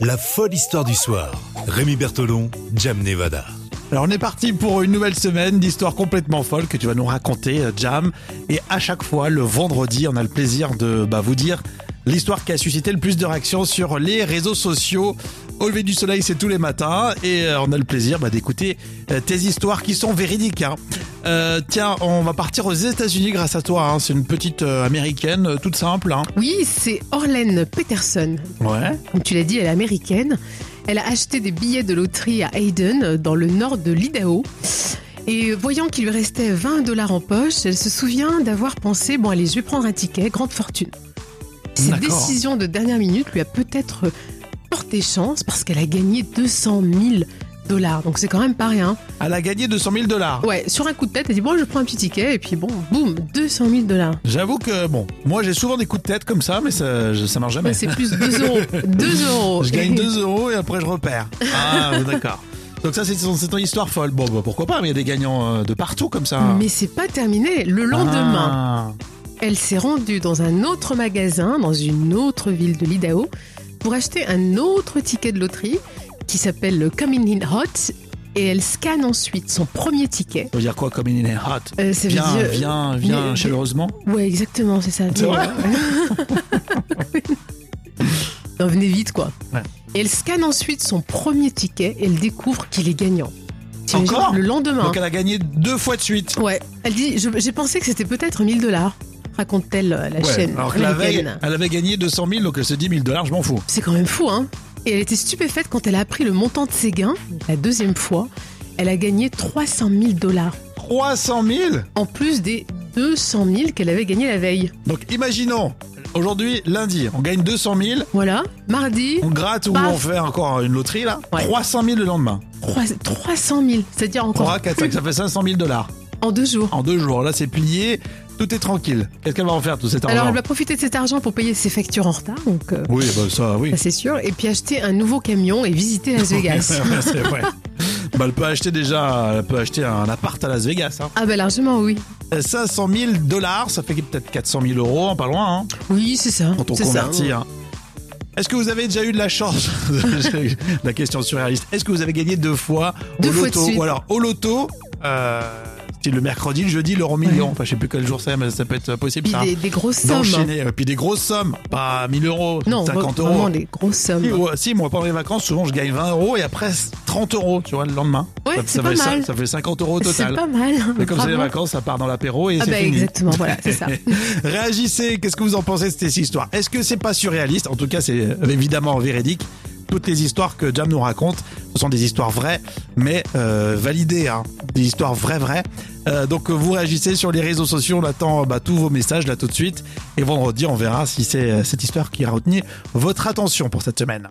La folle histoire du soir. Rémi Bertolon, Jam Nevada. Alors on est parti pour une nouvelle semaine d'histoires complètement folles que tu vas nous raconter, euh, Jam. Et à chaque fois, le vendredi, on a le plaisir de bah, vous dire l'histoire qui a suscité le plus de réactions sur les réseaux sociaux. Au lever du soleil, c'est tous les matins. Et euh, on a le plaisir bah, d'écouter euh, tes histoires qui sont véridiques. hein. Euh, tiens, on va partir aux États-Unis grâce à toi. hein. C'est une petite euh, américaine, euh, toute simple. hein. Oui, c'est Orlane Peterson. Ouais. Comme tu l'as dit, elle est américaine. Elle a acheté des billets de loterie à Hayden, euh, dans le nord de l'Idaho. Et voyant qu'il lui restait 20 dollars en poche, elle se souvient d'avoir pensé Bon, allez, je vais prendre un ticket, grande fortune. Cette D'accord. décision de dernière minute lui a peut-être porté chance parce qu'elle a gagné 200 000 dollars. Donc c'est quand même pas rien. Elle a gagné 200 000 dollars. Ouais, sur un coup de tête, elle dit Bon, je prends un petit ticket, et puis bon, boum, 200 000 dollars. J'avoue que, bon, moi j'ai souvent des coups de tête comme ça, mais ça, je- ça marche jamais. hein. C'est plus 2 euros. 2 euros. Ah ben. Je gagne Et- 2 euros et après je repère. Ah, d'accord. Donc ça, c'est son- c'est ton histoire folle. Bon, bah, pourquoi pas, mais il y a des gagnants euh, de partout comme ça. Ah. Mais c'est pas terminé. Le lendemain, elle s'est rendue dans un autre magasin, dans une autre ville de l'Idaho, pour acheter un autre ticket de loterie qui s'appelle le Coming In Hot. Et elle scanne ensuite son premier ticket. Ça veut dire quoi, comme il est hot Euh, ça veut Viens, dire- viens, viens, mais- chaleureusement. Ouais, exactement, c'est ça. C'est vrai Non, venez vite, quoi. Ouais. Et elle scanne ensuite son premier ticket et elle découvre qu'il est gagnant. T'imagines Encore Le lendemain. Donc euh, elle a gagné deux fois de suite. Ouais, elle dit je- J'ai pensé que c'était peut-être 1000 dollars, raconte-t-elle euh, la Ouais, chaîne. alors que la veille, américaine. elle avait gagné 200 000, donc elle se dit 1000 dollars, je m'en fous. C'est quand même fou, hein Et elle était stupéfaite quand elle a appris le montant de ses gains. La deuxième fois, elle a gagné 300 000 dollars, 300 000 en plus des 200 000 qu'elle avait gagné la veille. Donc imaginons, aujourd'hui, lundi, on gagne 200 000, Voilà, mardi, on gratte ou Paf. on fait encore une loterie là. Bah. Ouais. 300 000 le lendemain. trois- 300 000, c'est-à-dire 3, encore 4, 5, ça fait 500 000 dollars. en deux jours. En deux jours, là c'est plié, tout est tranquille. Qu'est-ce qu'elle va en faire tout cet argent Alors elle va profiter de cet argent pour payer ses factures en retard, donc euh, Oui, bah ça, oui. ça, c'est sûr, et puis acheter un nouveau camion et visiter Las Vegas. Ouais, c'est vrai. Bah, elle peut acheter déjà, elle peut acheter un appart à Las Vegas. Hein. ah bah largement oui. Euh, 500 000 dollars, ça fait peut-être 400 000 euros, pas loin, hein, Oui c'est ça. quand on c'est ça. convertit. hein. Est-ce que vous avez déjà eu de la chance La question surréaliste. Est-ce que vous avez gagné deux fois Deux au fois de loto suite. Ou alors au loto, euh, c'était le mercredi, le jeudi, l'euro million. Enfin, je sais plus quel jour c'est, mais ça peut être possible. Puis ça, hein. des, des grosses sommes. D'enchaîner. Et puis des grosses sommes, pas 1000 euros, Non, 50 vraiment euros. des grosses sommes. Si, ouais, si, moi pendant les vacances, souvent je gagne 20 euros et après 30 euros, tu vois, le lendemain. Ouais, ça, c'est ça pas fait ça- mal. ça fait 50 euros au C'est total. pas mal. hein. Mais comme c'est les vraiment. vacances, ça part dans l'apéro et Ah c'est bah fini. exactement, voilà, c'est ça. Réagissez, qu'est-ce que vous en pensez de cette histoire Est-ce que c'est pas surréaliste En tout cas, c'est euh, évidemment véridique. Toutes les histoires que Jam nous raconte, ce sont des histoires vraies, mais euh, validées, hein. des histoires vraies, vraies. Euh, donc euh, vous réagissez sur les réseaux sociaux, on attend euh, bah, tous vos messages là tout de suite. Et vendredi, on verra si c'est euh, cette histoire qui a retenu votre attention pour cette semaine.